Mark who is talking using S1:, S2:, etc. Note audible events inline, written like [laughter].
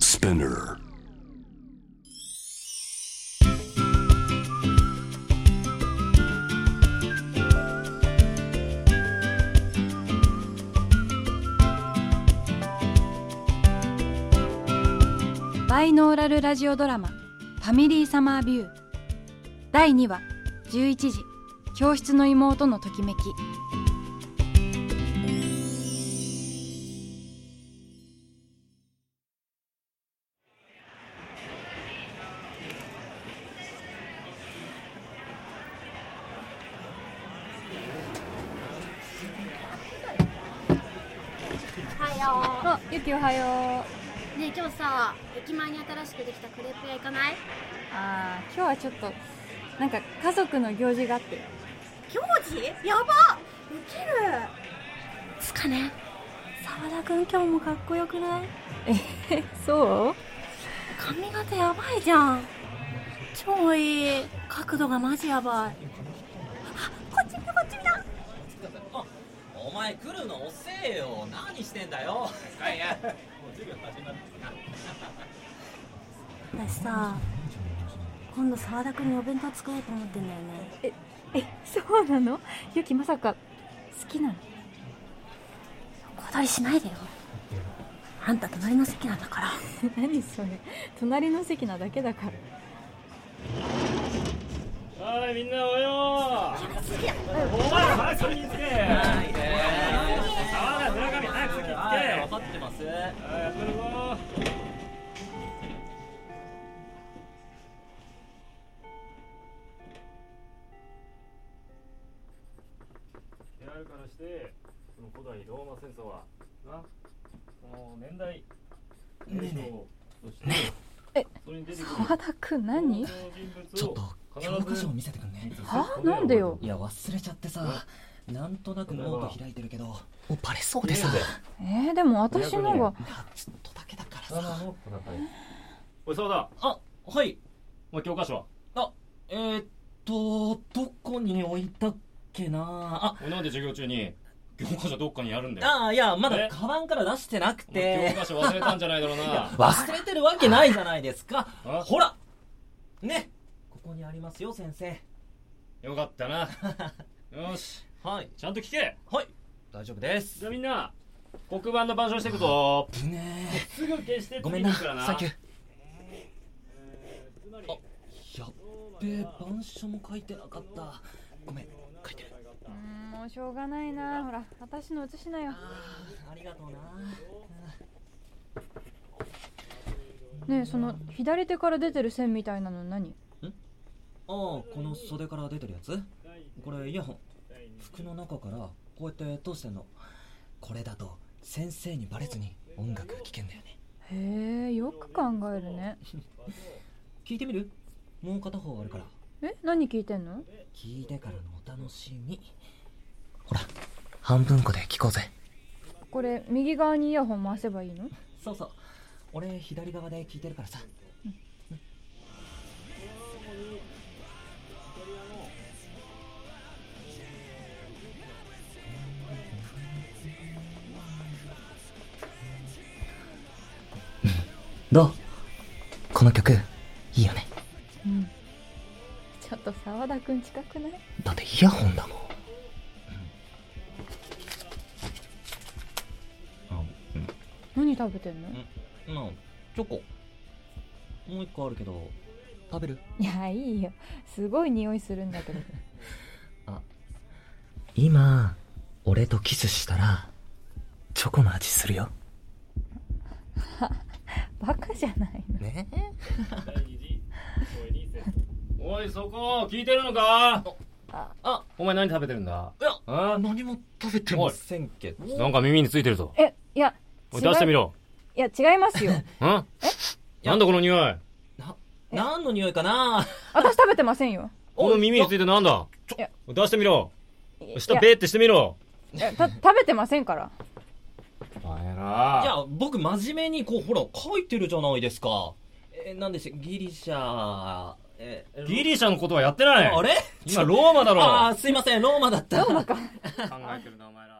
S1: Spinner.
S2: バイノーラルラジオドラマ「ファミリーサマービュー」第2話11時教室の妹のときめき
S3: おはよ
S2: あゆきおはよう
S3: うねえ今日さ駅前に新しくできたクレープ屋行かない
S2: あー今日はちょっとなんか家族の行事があって
S3: 行事やばウケるつかね沢田くん今日もかっこよくない
S2: えそう
S3: 髪型やばいじゃん超いい角度がマジやばいあこっち見たこっち見た
S4: お前来るの遅えよ何してんだよいや
S3: 私さ今度沢田くんにお弁当作ろうと思ってんだよね
S2: えそうなのゆきまさか好きなの
S3: 小取りしないでよあんた隣の席なんだから
S2: 何それ隣の席なだけだから
S5: はい、みんなおはよう。お前、早くに行け。
S4: いね
S5: 沢田、村上、早く先行って。
S4: 分かってます
S5: はい、やってるぞ。手合うからして、その古代ローマ戦争は、な、その年代、ねえねえ。ね
S2: え
S5: それに出てくる
S2: 澤田くん何
S5: ちょっと
S4: 教科書を見せてくんね
S2: はなんでよ
S4: いや忘れちゃってさなんとなくノート開いてるけど
S6: もうバレそうでさ
S2: えー、でも私のが
S6: ちょっとだけだから
S5: あ
S6: さ
S5: のおいそうだ
S4: あはい
S5: お前教科書は
S4: えー、っとどこに置いたっけな
S5: おいなんで授業中に教科書どっかにあるんだよ
S4: ああーいやまだ
S5: え
S4: カバンから出してなく
S5: お前
S4: て
S5: 教科書忘れたんじゃないだろうな
S4: 忘れてるわけないじゃないですか
S5: あ
S4: ほらねここにありますよ先生
S5: よかったなよし
S4: はい
S5: ちゃんと聞け
S4: はい大丈夫です
S5: じゃあみんな黒板の板書していくぞ
S6: 危ねえ
S5: すぐ消して
S4: ごめんな
S5: 次に行くからな
S4: サンキュー
S5: つまり
S6: やっべえ板書も書いてなかったごめん書いてる
S2: うーんもうしょうがないなほら私の写しなよ
S4: ありがとうな
S2: ねえその左手から出てる線みたいなの何
S4: ああこの袖から出てるやつこれイヤホン服の中からこうやって通してんの
S6: これだと先生にバレずに音楽が聴けんだよね
S2: へえよく考えるね
S4: 聞いてみるもう片方あるから
S2: え何聞いてんの
S6: 聞いてからのお楽しみほら半分こで聞こうぜ
S2: これ右側にイヤホン回せばいいの
S4: そうそう俺左側で聞いてるからさ
S6: どうこの曲いいよね
S2: うんちょっと澤田くん近くない
S6: だってイヤホンだもん
S4: あ
S2: 何食べてんの
S4: うんなチョコもう一個あるけど食べる
S2: いやいいよすごい匂いするんだけ [laughs] ど
S6: 今俺とキスしたらチョコの味するよ
S2: バカじゃないの
S6: ね
S5: 第二次声に接おいそこ聞いてるのか
S2: あ
S5: あお前何食べてるんだ
S4: いや
S5: あ
S6: 何も食べて
S5: ま
S6: せんけど
S5: なんか耳についてるぞ
S2: えいや
S5: おい出してみ
S2: ろ
S5: ろ
S2: いや違います
S5: [laughs]
S2: よ
S5: んなんだこの匂い
S4: 何の匂いかな
S2: 私食べてませんよ
S5: この耳についてなんだ
S2: いや
S5: 出してみろ
S2: い
S5: 下
S2: や
S5: ペーってしてみろ
S2: いやた食べてませんから
S5: お前ない
S4: や僕真面目にこうほら書いてるじゃないですかえー、なんでしたギリシャえー
S5: ギリシャのことはやってない
S4: あれ
S5: 今ローマだろ
S4: ああすいませんローマだった
S5: 考えてるなお前ら